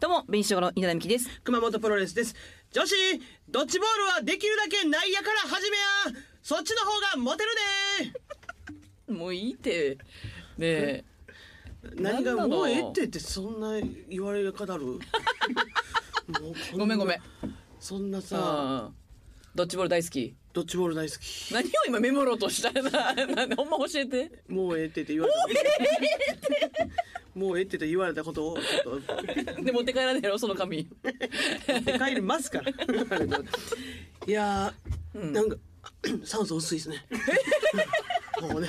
どうも、紅しょうがの稲田美希です。熊本プロレスです女子ドッジボールはできるだけ内野から始めやそっちの方がモテるもういいって。ねえ。で何ながんなのもうええってってそんな言われ 方あるもうこごめんごめん。そんなさああ。ドッジボール大好き。ドッジボール大好き何を今メモろうとしたな。なんでほんま教えて。もうええってって言われたもうええってって言われたことをちょっとで、持って帰らねえやろ、その紙。帰りま すからいやー、なんか 酸素薄いです ねもうね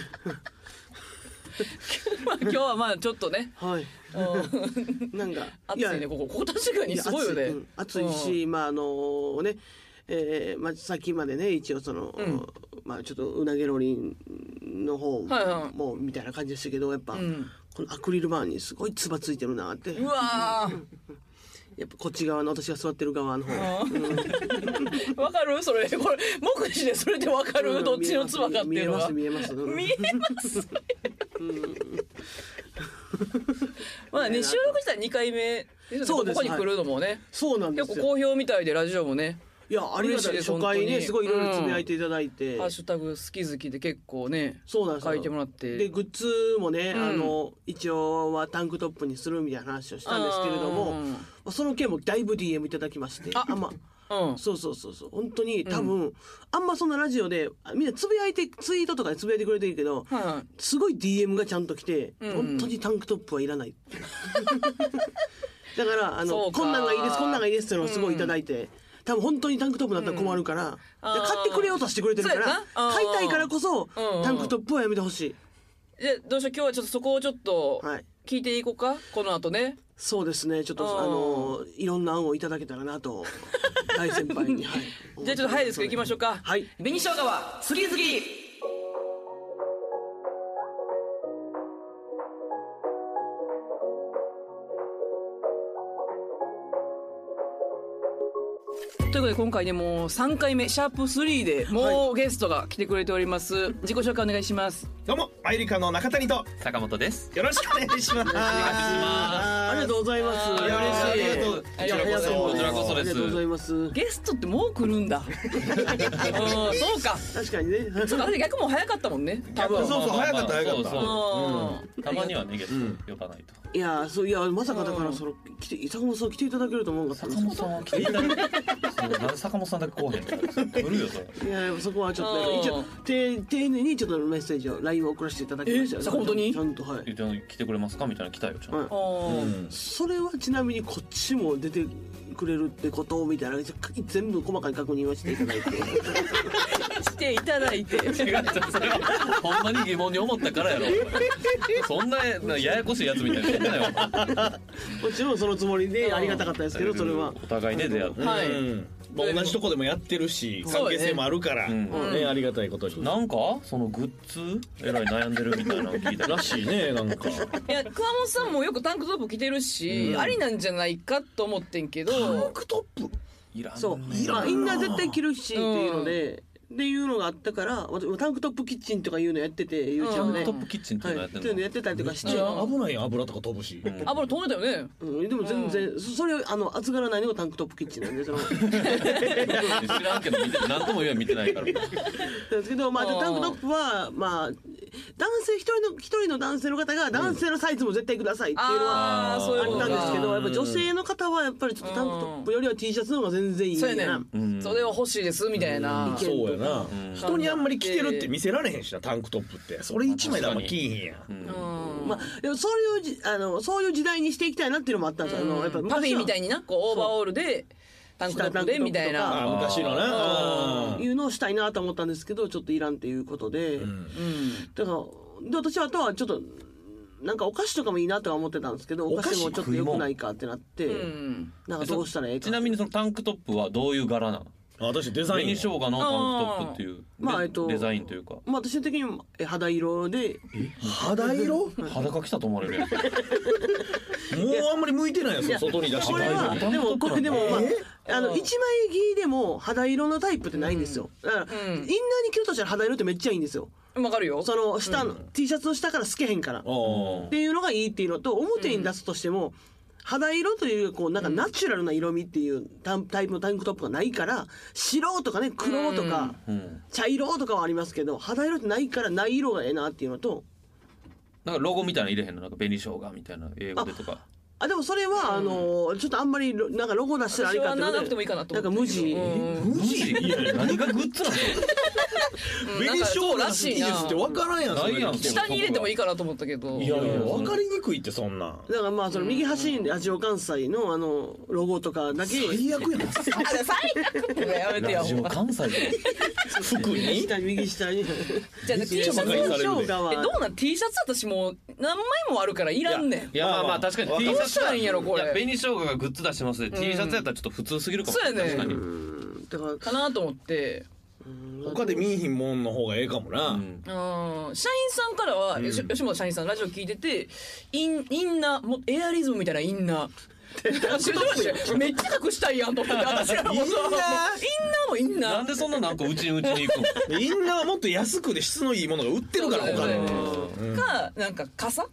まあ今日はまあちょっとね。はいうんなんか 暑いね、ここ。ここ確かにすごいよね。暑い,うん、暑いし、まああのね、えーまあさっきまでね一応その、んまあちょっとうなげロリンの方も、はいはいみたいな感じでしたけどやっぱ、んこのアクリル板にすごいつばついてるなってうん。うわー。やっぱこっち側の私が座ってる側の方 わかるそれこれ目視でそれでわかる、うんどっちのつばかって見いえうのまがす見えます見えます見えますまあね収録したら2回目そうですここに来るのもね、そうなんで結す構よ好評みたいでラジオもねいやありがたい嬉しい本初回当ねにすごいいろいろつぶやいていただいて、 「ハッシュタグ好き好き」で結構ねそうなんですよ書いてもらっでてグッズもね、あの一応はタンクトップにするみたいな話をしたんですけれどもあーまあその件もだいぶ DM いただきましてあまうんそうそうそうそう本当に多分、あんまそんなラジオであみんなつぶやいてツイートとかでつぶやいてくれてるけど、はいはいすごい DM がちゃんと来て、ん本当にタンクトップはいらない だからあそのうかこんなんがいいですこんなんがいいですっていうのをすごいいただいて、多分本当にタンクトップだったら困るから、あー買ってくれようとしてくれてるからそうやなあー買いたいからこそ、うんタンクトップはやめてほしい。でどうしよう今日はちょっとそこをちょっとはい聞いていこうかこの後ねそうですね。ちょっと、ああーの、いろんな案をいただけたらなと、大先輩に。はい。 じゃあちょっと早いですけど行きましょうかはい紅しょうがは好き好きということで今回ねもう3回目シャープ3でもうゲストが来てくれております、自己紹介お願いしますどうも、マイリカの中谷と、坂本です。よろしくお願いし ます。お願いしありがとうございます。いや嬉しいいやありがとう早こちらこそうそあですりがとうございます。ゲストってもう来るんだうんそうか確かにね。そうかあれ逆も早かったもんね多分そうそう早かった早かったそううんそうたまにはねゲスト呼ばないと。いや、そう、いや、まさかだから、その、来て、坂本さん来ていただけると思わなかったんで本さんは聞いたね。なんで坂本さんだけ来おへんの。来るよ それ。すよ。いや、そこはちょっと、うん一応、て丁寧にちょっとメッセージを、LINE を送らせていただきましたよえ坂本にちゃんと、はゆい。うちゃん来てくれますかみたいなの来たよちゃんと。うんそれはちなみに、こっちも出てくれるってことみたいな、全部細かい確認をしていただ いて。していただいて違う違うそれはほんまに疑問に思ったからやろ。 そんなややこしいやつみたいなの言ってないわ。もちろんそのつもりでありがたかったですけどそれはお互いね出会って。はいうんまあ、同じとこでもやってるし、そう関ね係性もあるから、うんね、ありがたいことに。なんかそのグッズえらい悩んでるみたいなの聞いたらしいね、なんか。いや熊本さんもよくタンクトップ着てるし、ありなんじゃないかと思ってんけどクトップいらんねそうまあみんな絶対着るしっていうのでっていうのがあったから私タンクトップキッチンとかいうのやってて YouTube でトップキッチンってはいいうのやっってていうのんやの。ってたりとかして危ないやん油とか飛ぶし。あこれ飛んでたよねうんでも全然そそれあの暑がらないのがタンクトップキッチンなん でそのなん知らんけど見て何とも言えば見てないから。ですけどまああータンクトップはまあ男性一人の一人の男性の方が男性のサイズも絶対くださいっていうのはああーそういうあこっとたんですけどかやっぱ女性の方はやっぱりちょっとタンクトップよりは T シャツの方が全然いいそうやねな。んそれは欲しいですみたいなそうやな。人にあんまり着てるって見せられへんしな、タンクトップって。それ一枚だもん、着いへんやん。うんまあ、でもそういうじあのそういう時代にしていきたいなっていうのもあったんですよ、あのやっぱパフィーみたいいになこうオーバーオールでタンクトップでみたいあなあ、昔のな。うんいうのをしたいなと思ったんですけどちょっといらんっていうことで、だからで私はあとはちょっとなんかお菓子とかもいいなとは思ってたんですけどお菓子もちょっと良くないかってなって、うんなんかどうしたらええかちなみにそのタンクトップはどういう柄なの私デザイン紅生や。姜のタンクトップっていうまあえデっとデザインというかまあ私的にもえ肌色で肌色もう裸着たと思われるやんタンあんまり向いてないやん、その外に出してこれないのはに。でもこれでもまああの一枚着でも肌色のタイプってないんですよだから、インナーに着るとしたら肌色ってめっちゃいいんですよわかるよその下の、T シャツの下から透けへんからああっていうのがいいっていうのと表に出すとしても、肌色というこうなんかナチュラルな色味っていうタンタイプのタンクトップがないから白とかね黒とかうん茶色とかはありますけど肌色ってないからない色がええなっていうのとなんかロゴみたいなの入れへんのなんか紅生姜みたいな英語でとかあでもそれはあのちょっとあんまりロなんかロゴ出したらあ私れかはってこなとなくてもいいかなとなんか思無ってるけ地どうん無地いや何がグッズなのうんなん紅か生そう姜らのし技いな術って分からんやんないやんそれで来ても下に入れてもいいかなと思ったけどいやいやうん分かりにくいってそん なんだからまあその右端にラジオ関西のあのロゴとかだけ最悪やなやめてやラほジんオま関西で服右に下に右下にじゃあめ T っちシゃバャカツえに されるではどうなん T シャツ私もう何枚もあるからいらんねんいやまあまあ確かにわか T るシャツどうしたらいいんやろこれいや紅生姜がグッズ出してますで T シャツやったらちょっと普通すぎるかもそうやね確かにうんだからかなと思って他で見えひんもんの方がええかもうなんうん社員さんからは、よし吉本社員さんラジオ聞いててインインナーもうエアリズムみたいなインナーめっちゃ隠したいやんと思って私らもそうインナーもインナなーんでそんななんかうちにうちに行くのインナーはもっと安くで質のいいものが売ってるからそう他だでよねうんかなんか傘、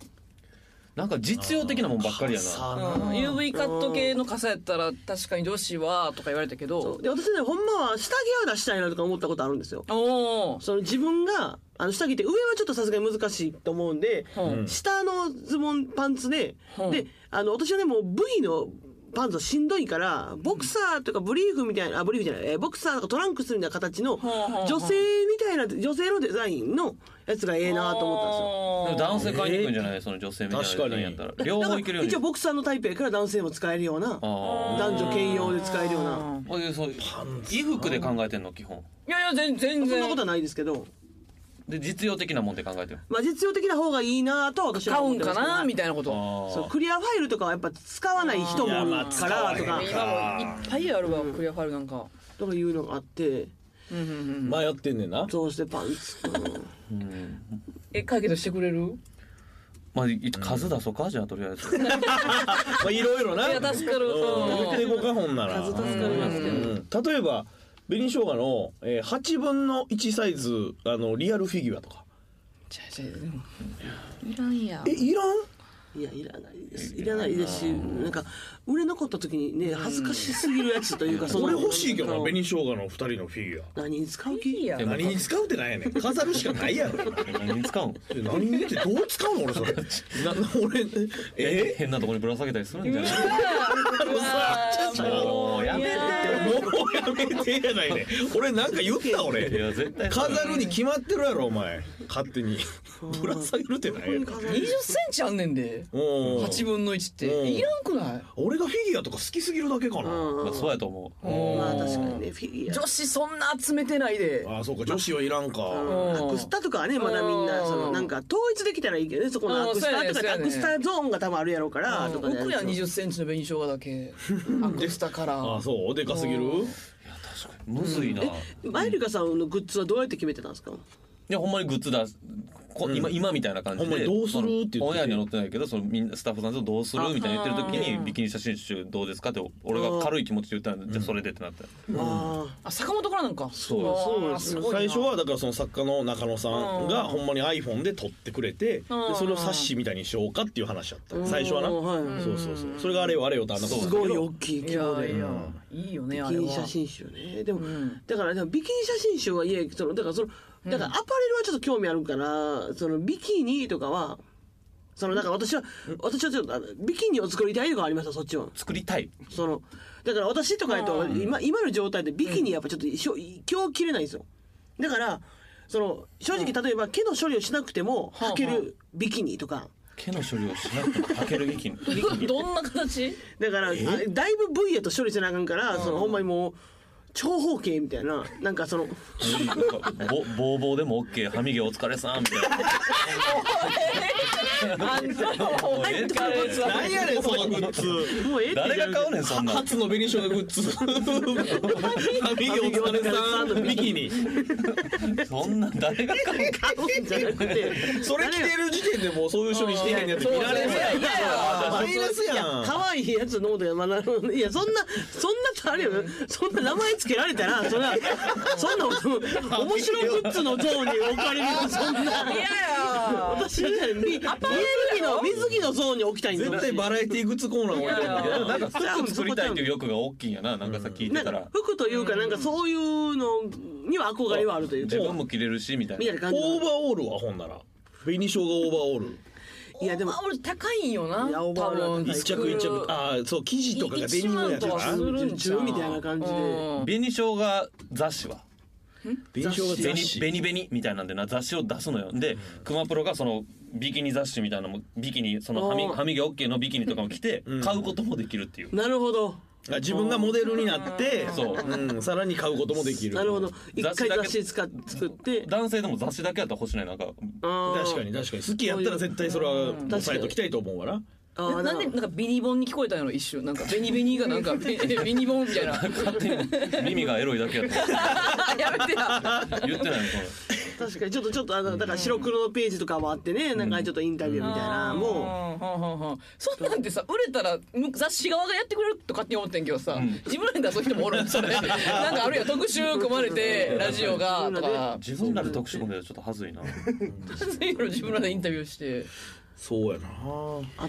なんか実用的なもんばっかりやなさあうんな UV カット系の傘やったら確かに女子はとか言われたけどで私ねほんまは下着は出したいなとか思ったことあるんですよおおその自分があの下着って上はちょっとさすがに難しいと思うんで、うん下のズボンパンツで、うんであの私はねもう V のパンツはしんどいからボクサーとかブリーフみたいなあブリーフじゃない、えーボクサーとかトランクスみたいな形んのうん女性みたいな女性のデザインのやつがええなと思ったんですよ。でもた男性買いに行くんじゃないその女性みたいな確かにやったら両方いけるように一応ボクサーのタイプやから男性も使えるようなあ男女兼用で使えるようなああそう衣服で考えてんの基本いやいや全全そんな然ことはないですけど、で実用的なもんで考えてるまあ、実用的な方がいいなとは私は買う思っんてかますけどなみたいなことそうあクリアファイルとかはやっぱ使わない人もあーいやまおある使からわとへんかか今もいっぱいあるわクリアファイルなんかとかいうのがあってうんうんうん迷ってんねんなそうしてパンツえ解決してくれるまあい数出そうかじゃあとりあえずまあいろいろないや助かるうんうん言っていこうかほんなら数助かりますけどうん例えば紅生姜の、えー、8分の1サイズあのリアルフィギュアとかじゃあじゃあでもいらんやんえいらんいやいらないですいらないですしなんか売れ残った時にね恥ずかしすぎるやつというかその俺欲しいけどななんか紅生姜の2人のフィギュア何に使ういい気やんでも何に使うってなんやねん飾るしかないやろ何に使うの え何にってどう使うの俺それな俺え変なとこにぶら下げたりするんじゃないうわちょっともうやめてもうやめてやないね俺なんか言ったいや俺絶対そう飾るに決まってるやろお前勝手にぶら下げるってないやろ20センチあんねんでうん8分の1ってうんいらんくない俺がフィギュアとか好きすぎるだけかな、まあそうやと思うまあ確かにねフィギュ女子そんな集めてないでああそうか女子はいらんか、アんアクスタとかはねまだみんうなんそのなんか統一できたらいいけどねそこのアクスタうんとそうかやアねクスタゾーンが多分あるやろうからとか僕やで20センチの紅生姜だけアクスタカラああーそうでかすぎるむずいないマイルカさんのグッズはどうやって決めてたんですかやほんまにグッズ出すこ今今みたいな感じほんまでにどうするって言っててそのオンエアには載ってないけどそのみんなスタッフさんとどうするみたいな言ってる時にビキニ写真集どうですかって俺が軽い気持ちで言ったんでじゃあそれでってなったあああ坂本からなんかそうあーそすごいな最初はだからその作家の中野さんがうんほんまに iPhone で撮ってくれてでうんそれを冊子みたいにしようかっていう話だった最初はなうんはいそうそうそうそれがあれよあれよとあんなことすごい大きいい規模やでいやいいよねあビれキニは写真集ねでも、んだからでもビキニ写真集はいえそのだからそのだからアパレルはちょっと興味あるからそのビキニとかはそのだから私は私はちょっとあのビキニを作りたいとかありましたそっちは作りたいそのだから私とかやと今今の状態でビキニやっぱちょっと一生一生着れないんですよだからその正直例えば毛の処理をしなくてもあ履けるビキニとか毛の処理をしなくても履けるビキニ どんな形だからあだいぶ V やと処理せなあかんからそのほんまにもう長方形みたいななんか その。ぼぼうぼうでも OK 歯磨きお疲れさん みたいなあんたのもうええって何やねんそのグッズもうええって誰が買うねんそんなん初の紅生姜グッズ ハビギお疲れさんビキニそんなん誰が買う買うんじゃなくて それ着てる時点でもうそういう処理してへんやつ見られるいやんやいやマイナスやん可愛いやつのことやまあなるほどねいやそんなそんなとあれよそんな名前つけられたらそれはそんなこと面白グッズのゾーンに置かれるよそんな嫌や私みたいにみ水着の水着のゾーンに置きたいんだ絶対バラエティグッズコーナーも置いてるんだけどなんか服作りたいっていう欲が大きいんやななんかさ聞いなてんたから服というかなんかそういうのには憧れはあるというか自分も着れるしみたいみたいなな感じオーバーオールはほんなら紅生姜オーバーオールいやでもオーバーオール高いんよないやオーバーオールは高い一着一着ああそう生地とかがデニムやつ1な万とかするんちゃう10みたいな感じでうん紅生姜雑誌は紅生姜紅雑誌紅紅みたいなんでな雑誌を出すのよで熊プロがそのビキニ雑誌みたいなのもビキニそのはみおーはみ毛 OK のビキニとかも着て買うこともできるっていうなるほどあ自分がモデルになってそうんさらに買うこともできるなるほど一雑回誌だけ雑誌使っ作って男性でも雑誌だけやったら欲しないなんか確確かに確かに好きやったら絶対それは押さえときたいと思うわなあなあなんでなんかビニボンに聞こえたんやろ一瞬なんか ベニベニがなんかベベニボンみたいな勝手に耳がエロいだけやった らやめてな言ってないのそれ確かにちょっとちょっとあのだから白黒のページとかもあってねなんかちょっとインタビューみたいなもうはんはんはんそんなんてさ売れたらむ雑誌側がやってくれると勝手に思ってんけどさ、自分らに出す人もお るんそれなんかあるいは特集組まれてラジオ がとか自分らで特殊組んでちょっと恥ずいないろいろ自分らでインタビューしてそうやなうあ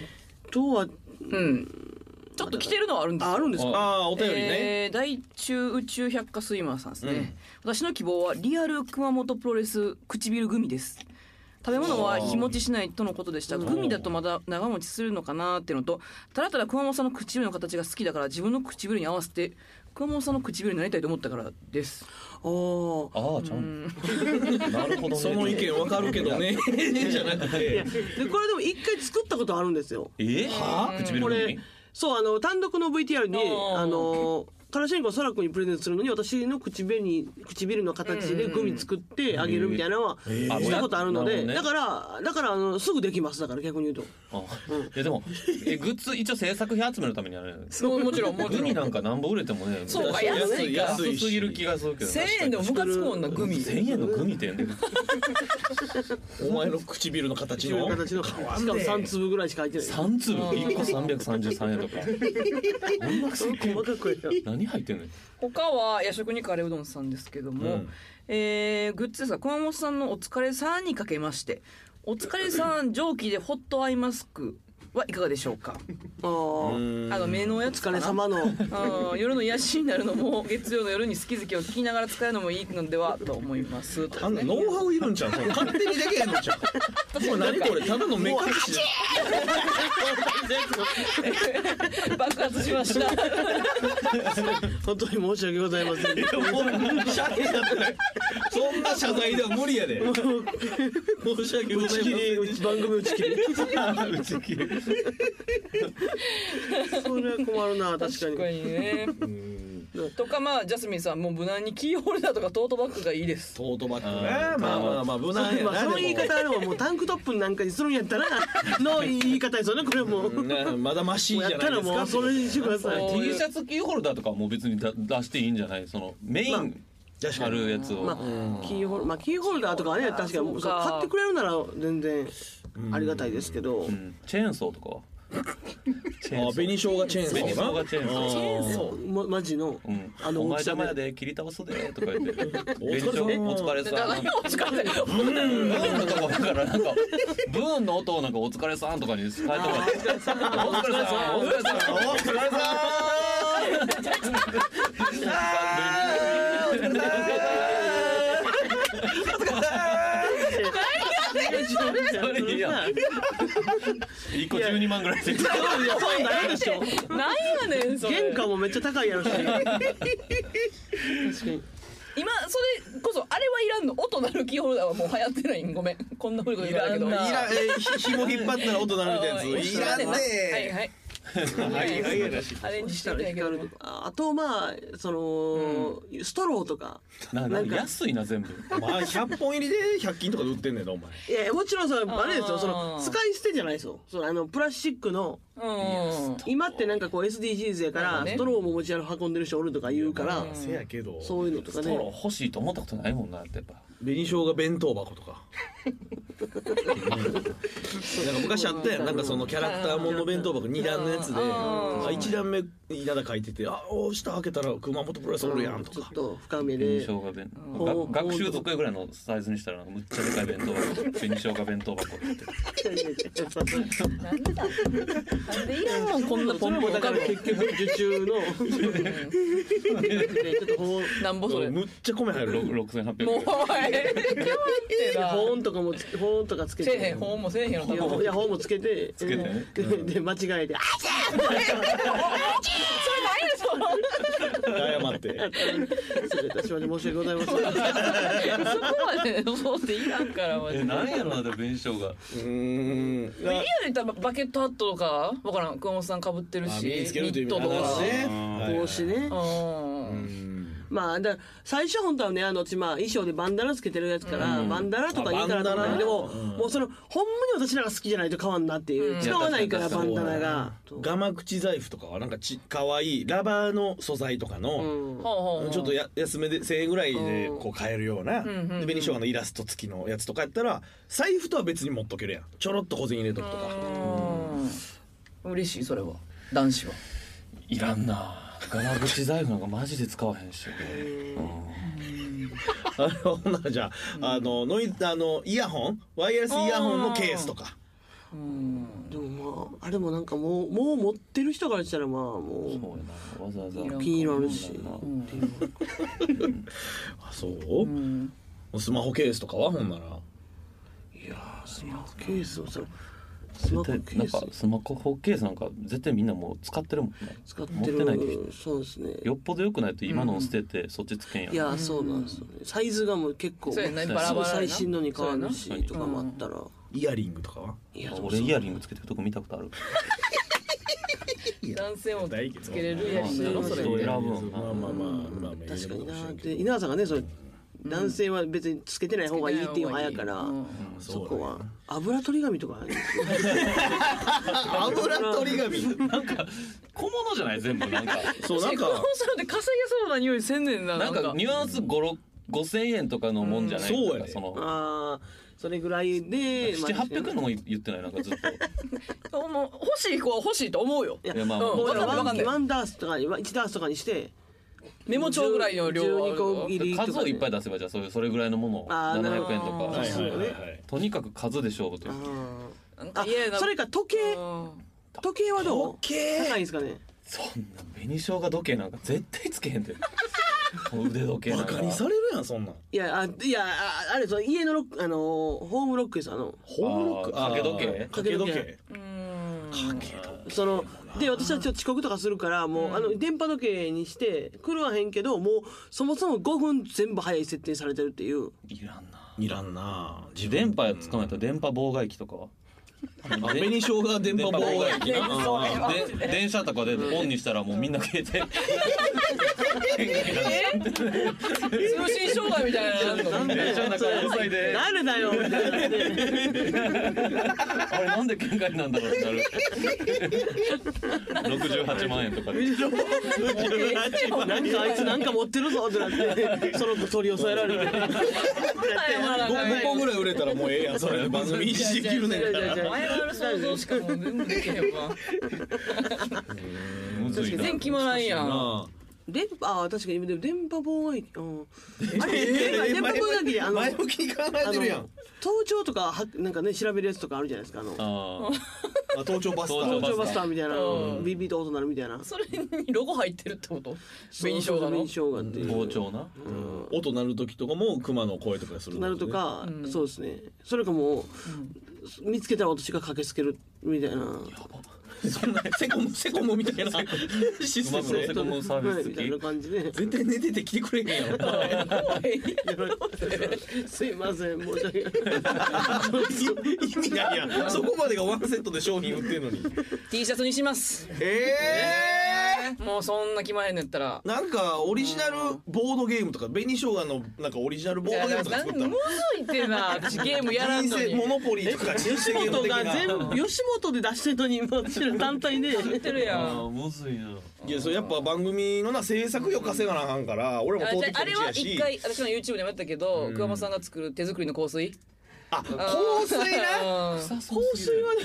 とはうんちょっと来てるのはあるんですよああるんですかああお便りねえー大中宇宙百科スイマーさんですね、私の希望はリアル熊本プロレス唇グミです食べ物は日持ちしないとのことでしたグミだとまだ長持ちするのかなっていうのとただただ熊本さんの唇の形が好きだから自分の唇に合わせて熊本さんの唇になりたいと思ったからですおーああちゃんなるほどねその意見わかるけどねじゃなくてでこれでも一回作ったことあるんですよえは唇これにそうあの単独の VTR におーあのタラシェンコソラ君にプレゼントするのに私の唇に唇の形でグミ作ってあげるみたいなのはーしたことあるのなるでほどねだからだからあのすぐできますだから逆に言うとあいやでもえグッズ一応制作費集めるためにあるんで すももちろんもちグろんミなんかなんぼ売れてもねそうか安安いいか安安いしすぎる気がするけど1000円でもムカつくもんなグミ1000円のグミってねお前の唇の形唇のの形のしかも3粒ぐらいしか入ってない3粒1個333円とか細かくや何入ってんの他は夜食にカレーうどんさんですけども、うんえーグッズですが熊本さんの「お疲れさん」にかけまして「お疲れさん」蒸気でホットアイマスクはいかがでしょうかあーあの目のやおつ疲かなれ様のうん夜の癒しになるのも月曜の夜に好き好きを聞きながら使うのもいいのではと思いますあんなノウハウいるんちゃうその勝手にできへんのちゃうもう何これただの目隠し 爆発しました本当に申し訳ございませんいやもう謝罪やってないそんな謝罪では無理やで申し訳ご打ざち切いませりん打ち番組打ち切りそれは困るな確かに確かにねとかまあジャスミンさんもう無難にキーホルダーとかトートバッグがいいですトートバッグねあーまあまあまあ無難やまあなその言い方はでももうタンクトップなんかにするんやったらの言い方ですよねこれもうでももねまだマシうじゃやなったいらですもかうそれにしてくださいそう T シャツキーホルダーとかはもう別にだ出していいんじゃないそのメイン確あかにるやつを、まあキーホルまあキーホルダーとかはね確かにそうか買ってくれるなら全然ありがたいですけどうんチェーンソーとかはチェーあンソー紅生姜チェーンソー紅な生姜チェーンソーまマジのうんあのお大き前さ様やでで切り倒すでとか言って紅生お疲れ姜様お疲れだ からさん今お疲れ様ブーンのとこだからなんかブーンの音をなんかお疲れさんとかに変えてもらってお疲れさんお疲れさんお疲れさんお疲れ様 それいいやん一個12万ぐらいでいやそうなるでしょなんやねんそれ原価もめっちゃ高いや ろし今それこそあれはいらんの音鳴るキーホルダーはもう流行ってないんご めんこんなふうにこと言われたけどいらえーひ紐引っ張ったら音鳴るみたいなうんやついらねんなはいはいはいはいはいらしいアレンジしてるんやけど ああとまあその、ストローとかなんなかんか安いな全部まあ100本入りで100均とかで売ってんねんなお前いやもちろんそのあれですよそあのー使い捨てじゃないですよそのあのプラスチックのううん今ってなんかこう SDGs やかまあら、ねストローも持ち歩運んでる人おるとか言うから、せやけどそういうのとかストロねー欲しいと思ったことないもんなってやっぱ紅生姜弁当箱とかなんか昔あったやんなんかそのキャラクターもんの弁当箱2段のやつでうん1段目稲田書いてて「あお下開けたら熊本プロレスおるやん」とちょかっと深め紅で生姜弁うんが学習机ぐらいのサイズにしたらなんかむっちゃでかい弁当箱紅生姜弁当箱ってなんでだなんでいらんもんこんなポそれンポもンだから結局受注のちょっと保温なんぼそれもうむっちゃ米入る6800おい円かわってな保温とかもつ保温とかつけせえへてん保温もせえへんやろいや多分いや保温もつけてつけてね で間違えて「あっ!」それないでし謝って失礼いたしまして申し訳ございませんょそこまでそうっていらんからマジえでなんやろなでも紅生姜うーん家で言ったらバケットハットとかわからん熊本さんかぶってるし身につけるという意ニット味とだかねはい帽子ねううんんまあだから最初本当はねあのうちまあ衣装でバンダナつけてるやつから、バンダナとかいいからとあバンかダナでも、うんもうそのほんまに私らが好きじゃないと変わんなっていう、うん使わないからいやバンダナが。ガマ口財布とかはなんかち可愛いラバーの素材とかうのんほうほうほうちょっとや安めで1000円ぐらいでこう買えるようなんうんうんで紅生姜のイラスト付きのやつとかやったら財布とは別に持っとけるやんちょろっと小銭入れとくとかうん嬉しいそれは男子はいらんなガラ口財布なんかマジで使わへんしあれはほんならじゃああのノイズあのイヤホンワイヤレスイヤホンのケースとかうんでもまああれもなんかもうもう持ってる人からしたらまあもそうやなわざわざう気になるし。あそううんスマホケースとかはほんならいやースマホケースをさスマ絶ホケ対なんーかススマホケースなんか絶対みんなもう使ってるもんね使っ持てってない人るそうですねよっぽど良くないと今のを捨ててそっちつけんやんいやーそうなんですよねサイズがもう結構そうやなそうバラバラやな最新のに変わるそうやしなとかもあったらイヤリングとかはいや俺イヤリングつけてるとこ見たことある男性もつけれるやりなやんろかそれ人っをて選ぶんまあなまあまあまあまあ確かに選ぶなもしでれんけど稲田さんがねそれ男性は別につけてない方がいいっていう派やから、うんそそうだこねは油取り紙とかある 油取り紙小物じゃない全部 なんかそうな確かにんこかのサロンで稼げそうな匂いせんねんななんかなんかニュアンス5 5000円とかのもんじゃなういんなそうんやかねそのああそれぐらいで7800円のも言ってないなんかずっともう欲しい子は欲しいと思うよいやいやまあうんもうだからわかんないワンワンダースとか1ダースとかにしてメモ帳ぐらいの量はある12個よ入りとかで数をいっぱい出せばじゃあそれそれぐらいのものをあーなるほ700ど円とかはいそうはいよはねいはいとにかく数で勝負というなんあか嫌やなそれか時計うん時計はどう時計高いんですかねそんな紅生姜時計なんか絶対つけへ んて腕時計なバんかカにされるやんそんなんいやあいやああれその家のロックあのーホームロックですあのホームロックあーあー掛け時計掛け時計うんそので私はちょっと遅刻とかするからもう、あの電波時計にして来るわへんけどもうそもそも5分全部早い設定されてるっていういらんないらんな自電波捕まえたら電波妨害機とかはあ紅生姜電波妨害機なあで電車とかでオンにしたらもうみんな消えて通信障害みたいなのあんの電車の中で塞いで誰だよみたいな ねあれなんで県外なんだろうってな る68万円とかでなんかあいつなんか持ってるぞってな ってその子取り押さえられてー5個ぐらい売れたらもうええやんそれ番組維持できるねんかいやいやいやいらや前がある想像しかもう全部できへんわむずいな全然決まらんやんなあ電波あ確かにでも電波妨害機うんあれ電波え電波妨害機であの前向きに考えてるやん盗聴とかはなんかね調べるやつとかあるじゃないですかあのああ盗聴バスタ盗盗聴聴ーバスターみたいなうんビビと音鳴るみたいなそれにロゴ入ってるってこと紅生そう姜そうのそう紅生姜ってーいう包丁な音鳴る時とかも熊の声とかするなるとか、そうですねそれかもう、見つけたら私が駆けつけるみたいなそんな セコムセコムみたいなシステうまく乗ムでせ込むサービはいスみたいな付き感じで絶対寝てて来てくれへんやんすいません申し訳ない意味ないや んそこまでがワンセットで商品売ってんのに T シャツにしますええもうもうそんな気前のやったら。なんかオリジナルボードゲームとか紅生姜のなんかオリジナルボードゲームとかなん作むっずたいってな、私ゲームやららんのに。人生モノポリーとか人生吉ゲーム本的が全な部吉本で出してるのにもちろん単体 で言ってるやん。むずいないやそれやっぱ番組のな制作費を稼がなあかんから俺もあ通っじゃてきああたれ道はや一し回私の YouTube でもやったけど、うん桑本さんが作る手作りの香水あ香水なな香香水はね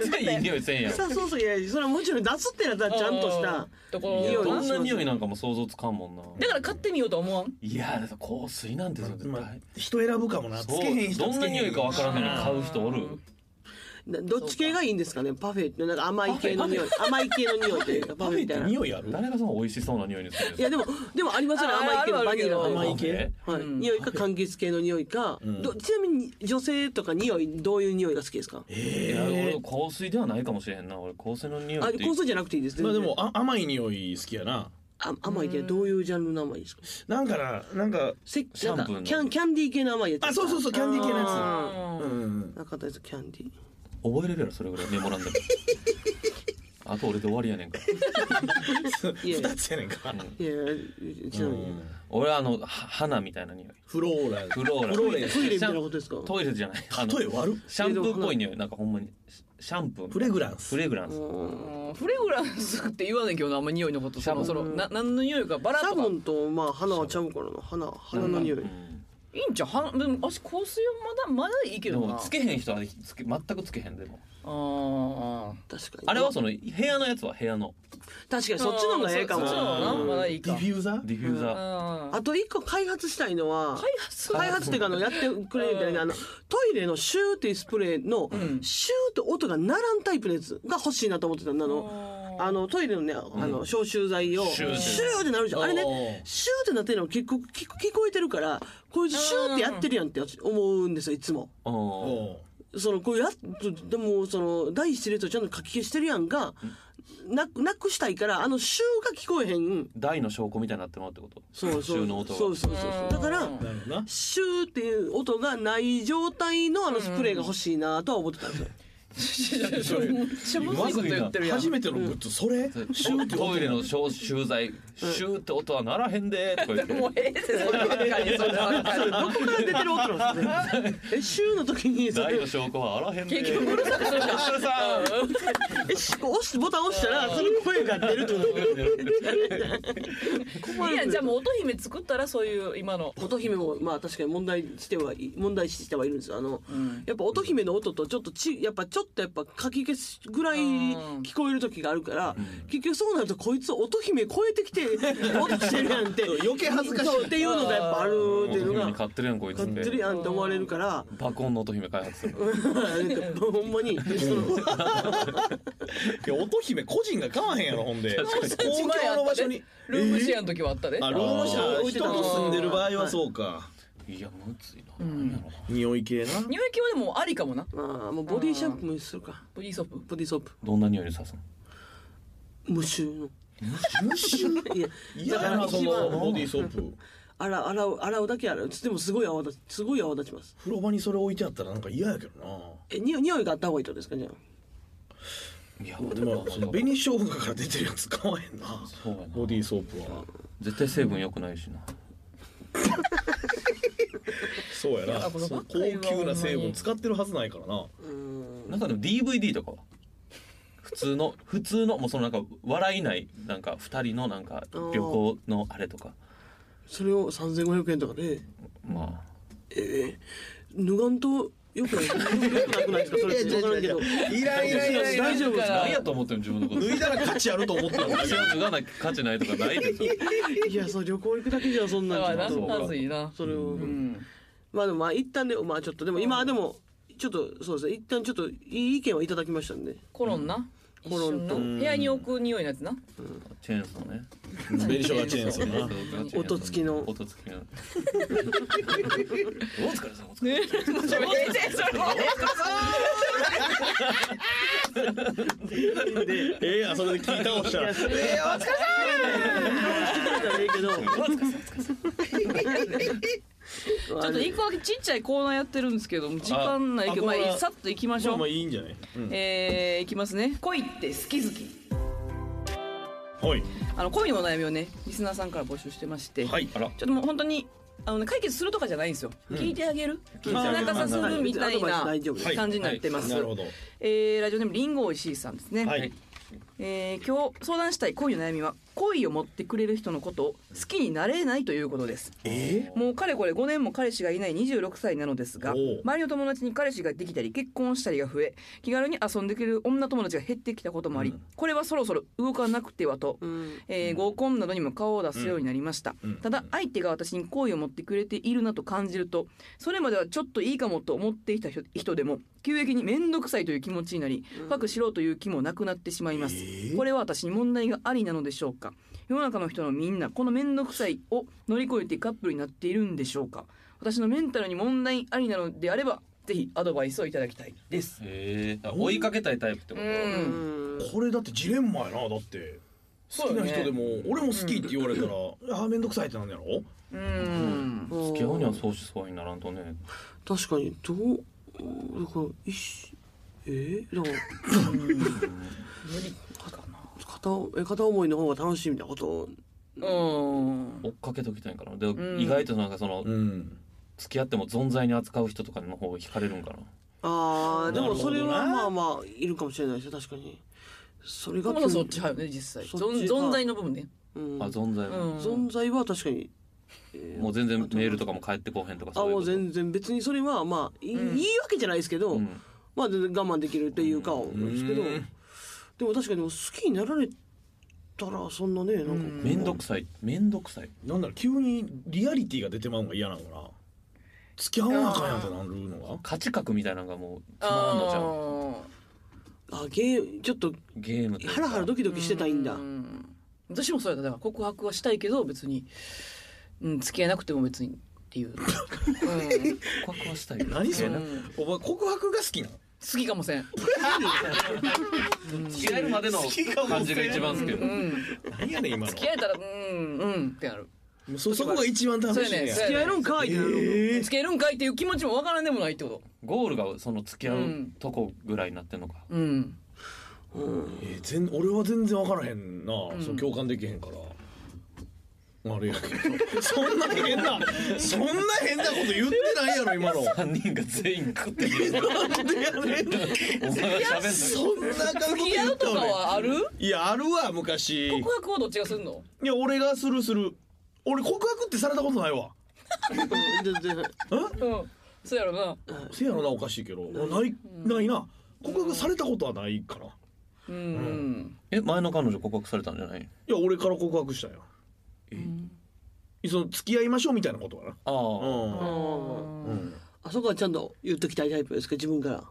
全然いい匂いせんやんさそうそういやそれはもちろん出すってなったらちゃんとしたとこ匂ろいどなんな匂いなんかも想像つかんもんなだから買ってみようとは思わんいやだから香水なんてそれまあ大人選ぶかもなつそけへんう人どんな匂いかわからんのにあ買う人おるなどっち系がいいんですかねパフェってなんか甘い系の匂い甘い系の匂いというかパパフフェみェったいてな匂いある誰がその美味しそうな匂いにするんいですやかでもでもありますよねあー甘い系あるあバるニラある甘いパフ系ェはい、うん匂いか柑橘系の匂いか、んどちなみに女性とか匂いどういう匂いが好きですかいえやえ俺香水ではないかもしれへんな俺香水の匂あいって香水じゃなくていいですまあで全然もあ甘い匂い好きやなあ甘い系どういうジャンルの甘いですかなんかななんかせっシャンプーのなんかキャンキャンディー系の甘いやつあそうそうそうキャンディー系のやあつーうんうん中田ですキャンディー覚えれるやろそれぐらいメモらんでもあと俺で終わりやねんからいやいや二つやねんかいやいやちなみに俺はあのは花みたいな匂いフローラルフローラフローレントイレみたいなことですかトイレじゃないあの例え悪っシャンプーっぽい匂いなんかほんまにシシャンプーフレグランスフレグランスうんうんフレグランスって言わないけどなあんま匂いのことシャそのボそンのな何の匂いかバラサとかボンとまあ花はちゃうからな花花の匂いうんいいんちゃうはでも私香水はまだまだいいけでどなもつけへん人はつけ全くつけへんでもあー確かにあれはその部屋のやつは部屋の確かにそっちの方がええかもそそっちの方がなまだいいかディフューザーディフューザーあーあと一個開発したいのは開発開発っていうかあのやってくれるみたいなあのトイレのシューっていうスプレーのんシューって音がならんタイプのやつが欲しいなと思ってたんだあのあのトイレのねあの消臭剤をシシュューっーてってなるじゃんあれねおシューってなってるの結構聞こ聞こえてるからこういうシューってやってるやんって私思うんですよいつも。うんおうそのこうやっでもその第一列をちゃんと書き消してるやんがななくしたいからあの臭が聞こえへん大の証拠みたいになってもらうってことそうそう収納音がそうそうそうそうだからうんなるほどなシューっていう音がない状態のあのスプレーが欲しいなとは思ってたんですよ、 めっちゃむずいこと言ってるやん初めてのグッズそれシューってトイレの消臭剤シューって音はならへんでとか言ってもうええってそればっかりそればっかりどこから出てる音なんですかねえシューの時にそ大れの証拠はあらへんで結局うるさくするじゃんうるさいえし押してボタン押したらその声が出るってこと困いやるじゃあもう乙姫作ったらそういう今の乙姫もまあ確かに問題してはい問題視してはいるんですよあの、やっぱ乙姫の音とちょっとちやっぱちょっとやっぱかき消すぐらい聞こえる時があるから、結局そうなるとこいつ乙姫超えてきて音してるやんって余計恥ずかしいそうっていうのがやっぱあるってい乙うの姫にが買ってるやんこいつっ勝ってるてやんって思われるから。爆音の乙姫開発するのなんかほんまに、いや乙姫個人が買わへんやろほんで確か 公公共の場所にルームシェアの時はあったで、あルームシあェアー人と住んでる場合はそうかいやむずいな何やろな匂い系な匂い系はでもありかもなまあ、もうボディシャンプーにするかボディーソープボディソープどんな匂いにさすの無臭の無臭いや嫌やなそ のボディーソープ洗う洗う洗うだけ洗うでもすごい泡立ちすごい泡立ちます風呂場にそれ置いてあったらなんか嫌やけどなえにお匂いがあった方がいいってことですかじゃあいやまあその紅生姜から出てるやつ買わへんなそうやなボディーソープは絶対成分良くないしなそうやなあこのそうばっか高りは級なほ成んま分に使ってるはずないからななんかでも DVD とかは普通の 普通のもうそのなんか笑いないなんか二人のなんか旅行のあれとかそれを3500円とかでまえー、脱がんとよくないよくなくないですかそれ分からんけどいらんいらんいらんいらん大丈夫ですあか何やと思ってんの自分のこと脱いだら価値あると思ったんだけど脱がなきゃ価値ないとかないですよいやそう旅行行くだけじゃそんだなかんらちょっそうかなまずいなとそれを、うんまあでもまあ一旦でまあちょっとでも今はでもちょっとそうですね一旦ちょっといい意見をいただきましたんでコロンな、コロンと一緒にな部屋に置く匂いのやつ なチェーンソーね紅生姜チェーンソーな音付きの音付きのお疲れ様お疲れ様ねそれええやんそれで聞いたおしたらええやんいいけど ちょっと一個だけちっちゃいコーナーやってるんですけども時間ないけどあまあコーナあーさっと行きましまょあうまあいいんじゃないうんえー、いきますね恋って好き好きはいあの恋のお悩みをねリスナーさんから募集してまして、はいあらちょっともう本当にあの、ね、解決するとかじゃないんですよ、聞いてあげる聞いてあげるかなかさするみたいなはい別にアドバイス大丈夫です感じになってます、なるほどえーラジオネームリンゴおいしいさんですね、はいえー今日相談したい恋の悩みは恋を持ってくれる人のことを好きになれないということですえもうかれこれ5年も彼氏がいない26歳なのですがおう周りの友達に彼氏ができたり結婚したりが増え気軽に遊んでくれる女友達が減ってきたこともあり、うんこれはそろそろ動かなくてはと、うんえー合コンなどにも顔を出すようになりました、うんただ相手が私に好意を持ってくれているなと感じるとそれまではちょっといいかもと思っていた人人でも急激に面倒くさいという気持ちになり深く知ろうという気もなくなってしまいます、これは私に問題がありなのでしょうか世の中の人のみんなこの面倒くさいを乗り越えてカップルになっているんでしょうか私のメンタルに問題ありなのであればぜひアドバイスをいただきたいですえー、追いかけたいタイプってこうとんうんこれだってジレンマやなだって好きな人でも、俺も好きって言われたら、ああ面倒くさいってなんやろうん付き合うにはそうしそうにならんとね確かにどうだからいしえー、だから無理かな片え片思いの方が楽しいみたいなことうん追っかけときたいんかなで、ん意外となんかその、ん付き合っても存在に扱う人とかの方が惹かれるんかなああでもそれなるはほどなまあまあいるかもしれないですよ確かにそれがまだそっち派よね実際そっ存ち派存在の部分ねうんあ存在も、存在は確かにもう全然メールとかも返ってこうへんとかあそういもうこうと全然別にそれはまあいい,、いいわけじゃないですけど、うんまあ全然我慢できるというかですけど、うんでも確かに好きになられたらそんなねなんか、面倒くさい面倒くさいなんだろう急にリアリティが出てまうのが嫌なのかな付き合わなあかんやんってなるのが価値観みたいなのがもうつまらんのじゃんああゲーちょっとゲームというかハラハラドキドあキしてたいんだ、私もそうやっただから告白はしたいけど別に、うん、付き合えなくても別にっていう、うん、告白はしたいよ何それ、うんお前告白が好きなの好きかもせん、付き合えるまでの感じが一番好きうよん、何やねん今の付き合えたらうんうんってなるもうそそこが一番楽しいねそうや付き合えるんかいってなるのえ付き合えるんかいっていう気持ちもわからんでもないってことゴールがその付き合うとこぐらいになってんのか、うんうんえー全俺は全然分からへんな、んその共感できへんから。あれや けどそんな変なそんな変なこと言ってないやろ今の 三3人が全員食ってるお前が喋んそんな感付き合うとかはあるいやあるわ昔い告白はどっちがすんのや俺がするする俺告白ってされたことないわ全然うんそうやろなせやろなおかしいけどないないな告白されたことはないからいうん、うんえ前の彼女告白されたんじゃないや俺から告白したよその付き合いましょうみたいなことかなああ、うあん、うん、あそこはちゃんと言っときたいタイプですか自分から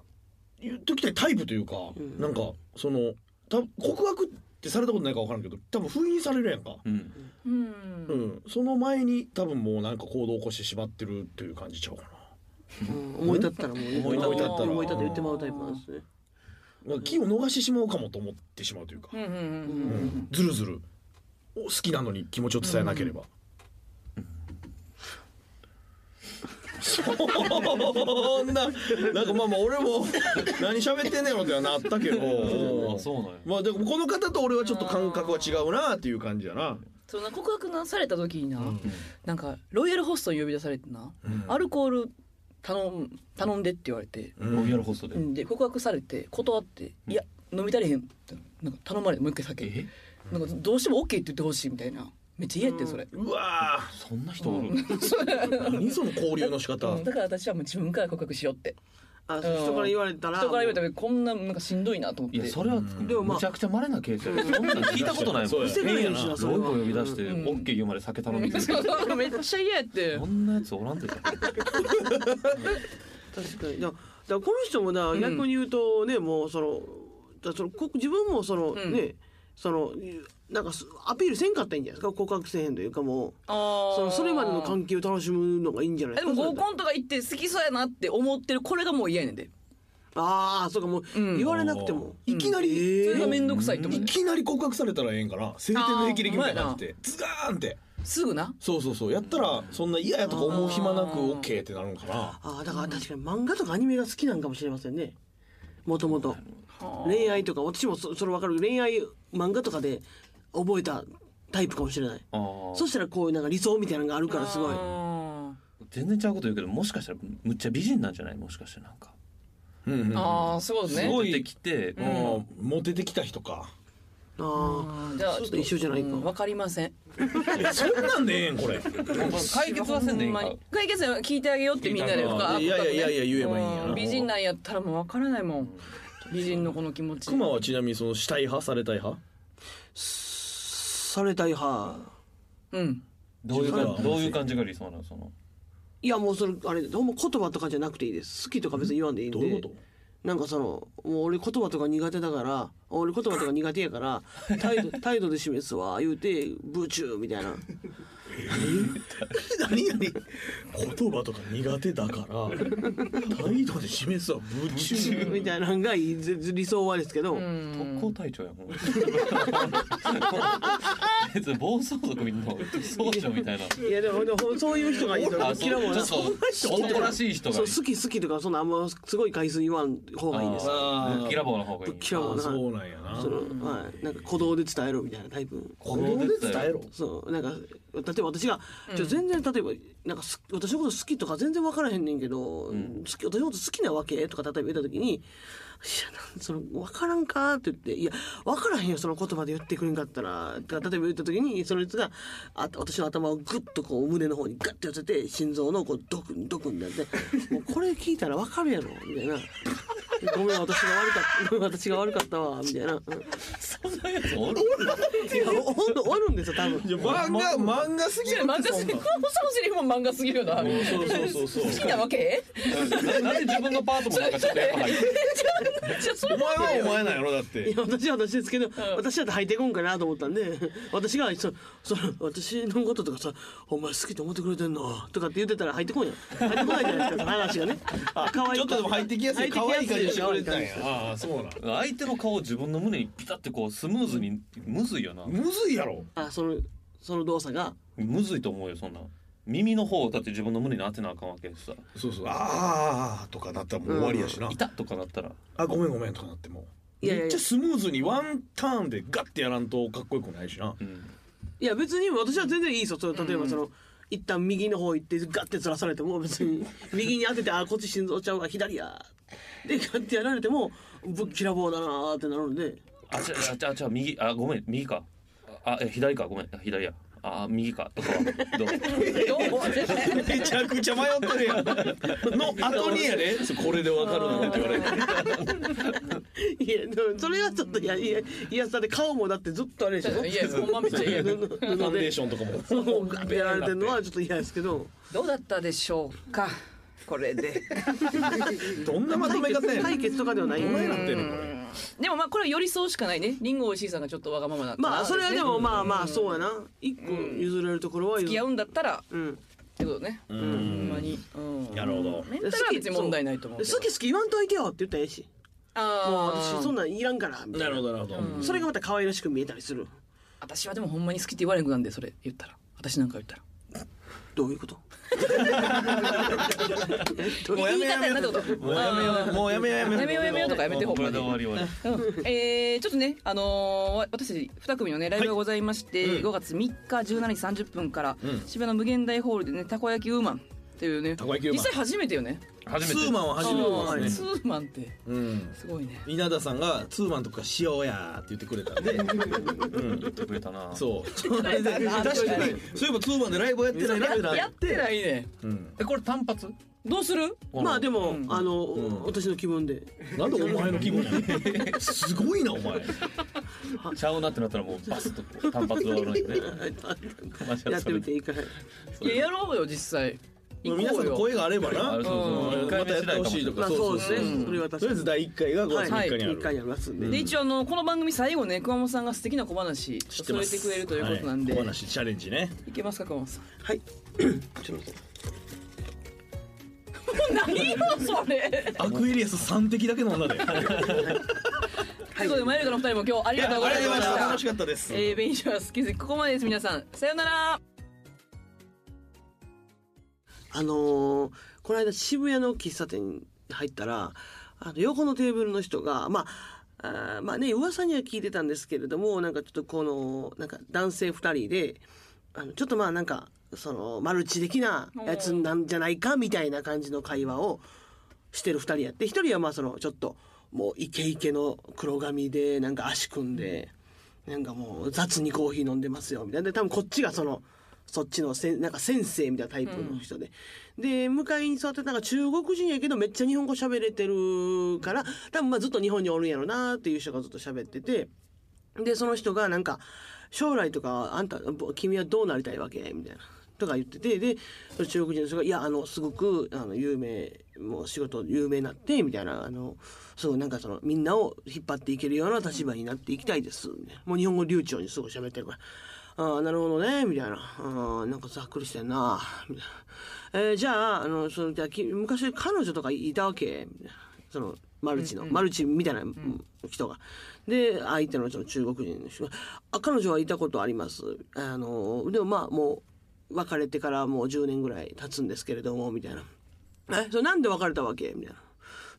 言っときたいタイプというか、なんかそのた告白ってされたことないか分からんけど多分封印されるやんか、うんうんうんその前に多分もうなんか行動を起こしてしまってるという感じちゃうかうん思い立ったらもう思い立ったら思い立って言ってまうタイプなんですねな、まあ、気を逃してしまうかもと思ってしまうというか、うんうんうんうんずるずるお好きなのに気持ちを伝えなければ、そんななんかまあまあ俺も何喋ってんねやろってはなったけどあそうなんやまあでもこの方と俺はちょっと感覚は違うなっていう感じやなそんな告白なされた時にな、なんかロイヤルホストに呼び出されてな、アルコール頼ん頼んでって言われて、うんロイヤルホストで、で告白されて断って「いや飲み足りへん」ってなんか頼まれてもう一回酒えなんかどうしても OK って言ってほしいみたいなめっちゃ嫌やってんそれ、うわーそんな人おる、何その交流の仕方うんだから私はもう自分から告白しようってあ人から言われたら人から言われたらこんななんかしんどいなと思っいてやそれはでもまあむちゃくちゃ稀なケースやそんなん聞いたことないもんそうやロしてないやろしなそれイはコ呼び出して、うんオッケー言うまで酒頼みてるそうそう めっちゃ嫌や ってそんなやつおらんでしょ確かにだからこの人もな逆に言うとね、もうそのだからそのこ自分もその、んねそのなんかすアピールせんかったらいいんじゃないですか告白せえへんというかもうあそのそれまでの関関係を楽しむのがいいんじゃない係でもそれ合だったらコンとか行って好きそうやなって思ってるこれがもう嫌やねんでああそうかもう、うん言われなくてもいきなり、それが面倒くさいって思ういねんきなり告白されたらええんかな晴天の霹靂みたいになってズガーンってすぐなそうそうそうやったらそんな嫌やとか思う暇なく OK ってなるんかなああだから確かに漫画とかアニメが好きなんかもしれませんねもともと恋愛とか私もそそれ分かる恋愛漫画とかで覚えたタイプかもしれないあーそしたらこういうなんか理想みたいなのがあるからすごいあ全然ちゃうこと言うけどもしかしたらむっちゃ美人なんじゃないもしかしてなんかうんうんーあーそういうことねすごいい出てきて、んもうモテてきた人か。あうんじゃあそうすると一緒じゃないかうんわかりませんいやそんなんでええん これ。もうこれ解決はせんでいいんかほまに解決は聞いてあげようってみんなで聞いてあげよう深くいやいやいや言えばいいんやなう美人なんやったらもうわからないもん美人のこの気持ちクマはちなみにその死体派されたい派？されたい派うんどういう自分感はじどういう感じが理想なのそのいやもうそれあれほんま言葉とかじゃなくていいです好きとか別に言わんでいいんでどういうこなんかそのもう俺言葉とか苦手だから俺言葉とか苦手や から態度態度で示すわ言うてブチューみたいなと？何何？言葉とか苦手だから態度で示 すは夢中。みたいなのがいいぜ理想はですけど、特攻隊長やもん別に暴走族の総長みたいないやでもでもそういう人がいいとあかそう嫌もなちょっとおとらしい人がそいうい好き好きとかそんなあんますごい回数言わん方がいいですあーあーキラボーの方がいいキラボーあそうなんやなそ。のはいなんか鼓動で伝えろみたいなタイプ子供で伝えろそうなんか例えば私が、ちょ全然例えばなんかす私のこと好きとか全然分からへんねんけど、好き私のこと好きなわけとか例えば言った時に「いやなんその分からんか?」って言って「いや分からへんよその言葉で言ってくれんかったら」とか例えば言った時にその人があ私の頭をグッとこう胸の方にガッて寄せて心臓のこうドクンドクンってやって「もうこれ聞いたら分かるやろ」みたいな。ごめん私が悪かった ごめん私が悪かったわみたいな。うんそんなやつおるいやおおるおるんですよ多分。いや漫画漫画すぎる漫画すぎるそそんなのセリフも漫画すぎるよなそうそうそうそう好きなわけななんで自分のパートもなんかちょっとやっぱ入って じゃあそれお前はお前なんやろだっていや私は私ですけど、私だって入ってこんかなと思ったんで 私がそその私のこととかさ「お前好きと思ってくれてんの?」とかって言ってたら入ってこんや入ってこないじゃないですかその話がねあ可愛いちょっとでも入ってきやすい可愛い感じしてくれてたん可愛やい感じああそうなん相手の顔を自分の胸にピタってこうスムーズにむずいよなむずいやろあそのその動作がむずいと思うよそんな耳の方をだって自分の胸に当てなあかんわけでさそうそうああとかなったらもう終わりやしな痛っとかなったらあごめんごめんとかなってもういやいやいやめっちゃスムーズにワンターンでガッてやらんとかっこよくないしないや別に私は全然いいですよその例えばその、一旦右の方行ってガッてずらされても別に右に当てて「あこっち心臓ちゃうわ左や」でガッてやられてもぶっきらぼうだなーってなるんで。あちゃあちゃあちゃ右あごめん右かあえ左かごめん左やあ右かとかはどうどうも めちゃくちゃ迷ってるやんの後にやでそうこれでわかるのって言われていや、でもそれはちょっといや、いや、いや、だって顔もだってずっとあれでしょいやほんまめっちゃ嫌や布布ファンデーで、ションとかもそう、ガッてやられてるのはちょっと嫌ですけど。どうだったでしょうかこれでどんなまとめ方やね解ん決とかではない。どないなってんのこれでもまあこれは寄り添うしかないねリンゴおいしいさんがちょっとわがままだったらまあ、それはでも、まあまあ、そうやな。一個譲れるところは付譲き合る。うんだったらっうん。てことねほんまにうんなるほどメンタルは別に問題ないと思う好けどき好き言わんといてよって言ったらええし。もうあ私、あそんなんいらんから。みたいなるほ。どなるほどそれがまた可愛らしく見えたりする。私はでもほんまに好きって言われんくなんでそれ言ったら私なんか言ったらどういうこともうやめやめ言い方やなってこともうやめようもうやめようやめようやめようやめようとかやめてほこんまれにで終わり終わりうんえーちょっとね、あのーわ私たち2組のねライブがございまして、5月3日17時30分から、渋谷の無限大ホールでねたこ焼きウーマンっていうねたこ焼きウーマン実際初めてよね初ツめてーマンは初めあてーですねツーマンってうんすごいね稲田さんが「ツーマンとかしようや」って言ってくれたんで、うん、言ってくれたなそう それで確かにそういえばツーマンでライブやってないなってなやってないねうん、えこれ単発どうするまあでも、あの、ん私の気分で。なんでお前の気分やすごいなお前ちゃうなってなったらもうバスッとこう単発で終わるんでねマジでやってみてそれいいかい。いややろうよ実際行こうよ皆さんの声があればなあれそうそううんま一回た目やってほしいとまかあそうですね。んそれはと確かりあえにず。第1回が5月3日にあ一る、回やりますんで。で一応あのこの番組最後ね熊本さんが素敵な小話知って添まえすてくれるということなんで、はいい、小、話チャレンジねけますか熊本さんはい。 ちょっと待って何よそれアクエリアス3滴だけの女でありということでマイルカのお二人も今日ありがとうございました楽しかったです、えー、ベンジャースキズここまでです皆さんさようならあのーこの間渋谷の喫茶店に入ったらあの横のテーブルの人がまああーまあね噂には聞いてたんですけれどもなんかちょっとこのなんか男性2人であのちょっとまあなんかそのマルチ的なやつなんじゃないかみたいな感じの会話をしてる2人やって1人はまあそのちょっともうイケイケの黒髪でなんか足組んでなんかもう雑にコーヒー飲んでますよみたいなで多分こっちがその。そっちのせんなんか先生みたいなタイプの人で、で向かいに座ってたのが中国人やけどめっちゃ日本語喋れてるから多分まあずっと日本におるんやろなっていう人がずっと喋っててでその人がなんか「将来とかあんたぼ君はどうなりたいわけ?」みたいな。とか言っててで中国人の人が「いやあのすごくあの有名もう仕事有名になって」みたいなあのすごいなんかそのみんなを引っ張っていけるような立場になっていきたいですみたいなもう日本語流暢にすごい喋ってるからああ、なるほどね、みたいな。ああ、なんかざっくりしてんな、みたいな。えーじゃあ、あの、その、じゃあき昔彼女とかいたわけみたいな。その、マルチの、マルチみたいな人が。で、相手のその中国人の人が、あ、彼女はいたことあります。あの、でもまあ、もう、別れてからもう10年ぐらい経つんですけれども、みたいな。え、それなんで別れたわけみたいな。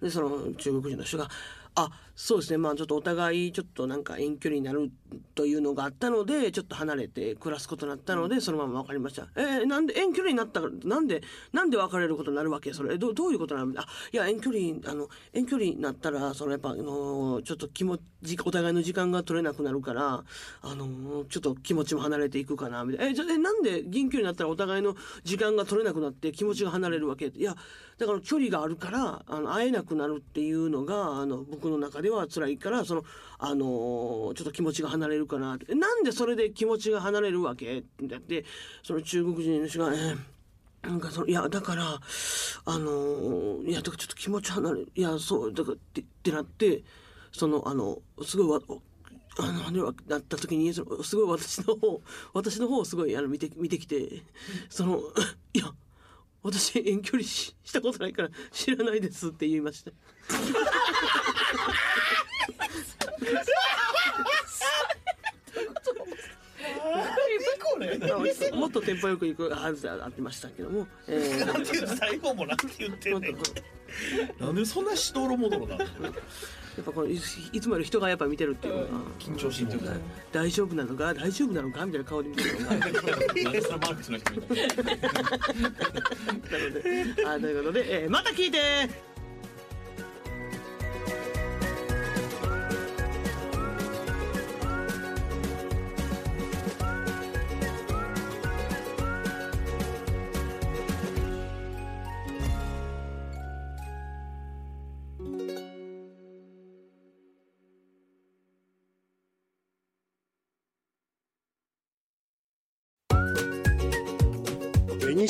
でその中国人の人が「あそうですねまあちょっとお互いちょっとなんか遠距離になるというのがあったのでちょっと離れて暮らすことになったのでそのまま分かりました」えーなんで遠距離になったからなんでなんで別れることになるわけそれえどどういうことなのあいや遠距離あの遠距離になったらそのやっぱあのちょっと気持ちお互いの時間が取れなくなるからあのちょっと気持ちも離れていくかなみたいな「えじゃえなんで近距離になったらお互いの時間が取れなくなって気持ちが離れるわけ?」いやだから距離があるからあの会えなくなるっていうのがあの僕の中では辛いからその、あのーちょっと気持ちが離れるかなえなんでそれで気持ちが離れるわけだってその中国人の人が、えーなんかそのいやだからあのーいやだからちょっと気持ち離れいやそうだからってってなってそのあのすごいわあの離れなった時にそのすごい私の方私の方をすごいあの見て見てきてそのいや私遠距離ししたことないから知らないですって言いました。これまあもっとテンポよく行くはずであってましたけども、えーなんて言う最後もなんて言ってんねんなんでそんなしどろもどろなのやっぱこのいいつもより人がやっぱ見てるっていうのが、緊張してる大丈夫なのか大丈夫なのかみたいな顔で見てるの がななんでそのマルチの人みたいなのであということで、えーまた聞いて紅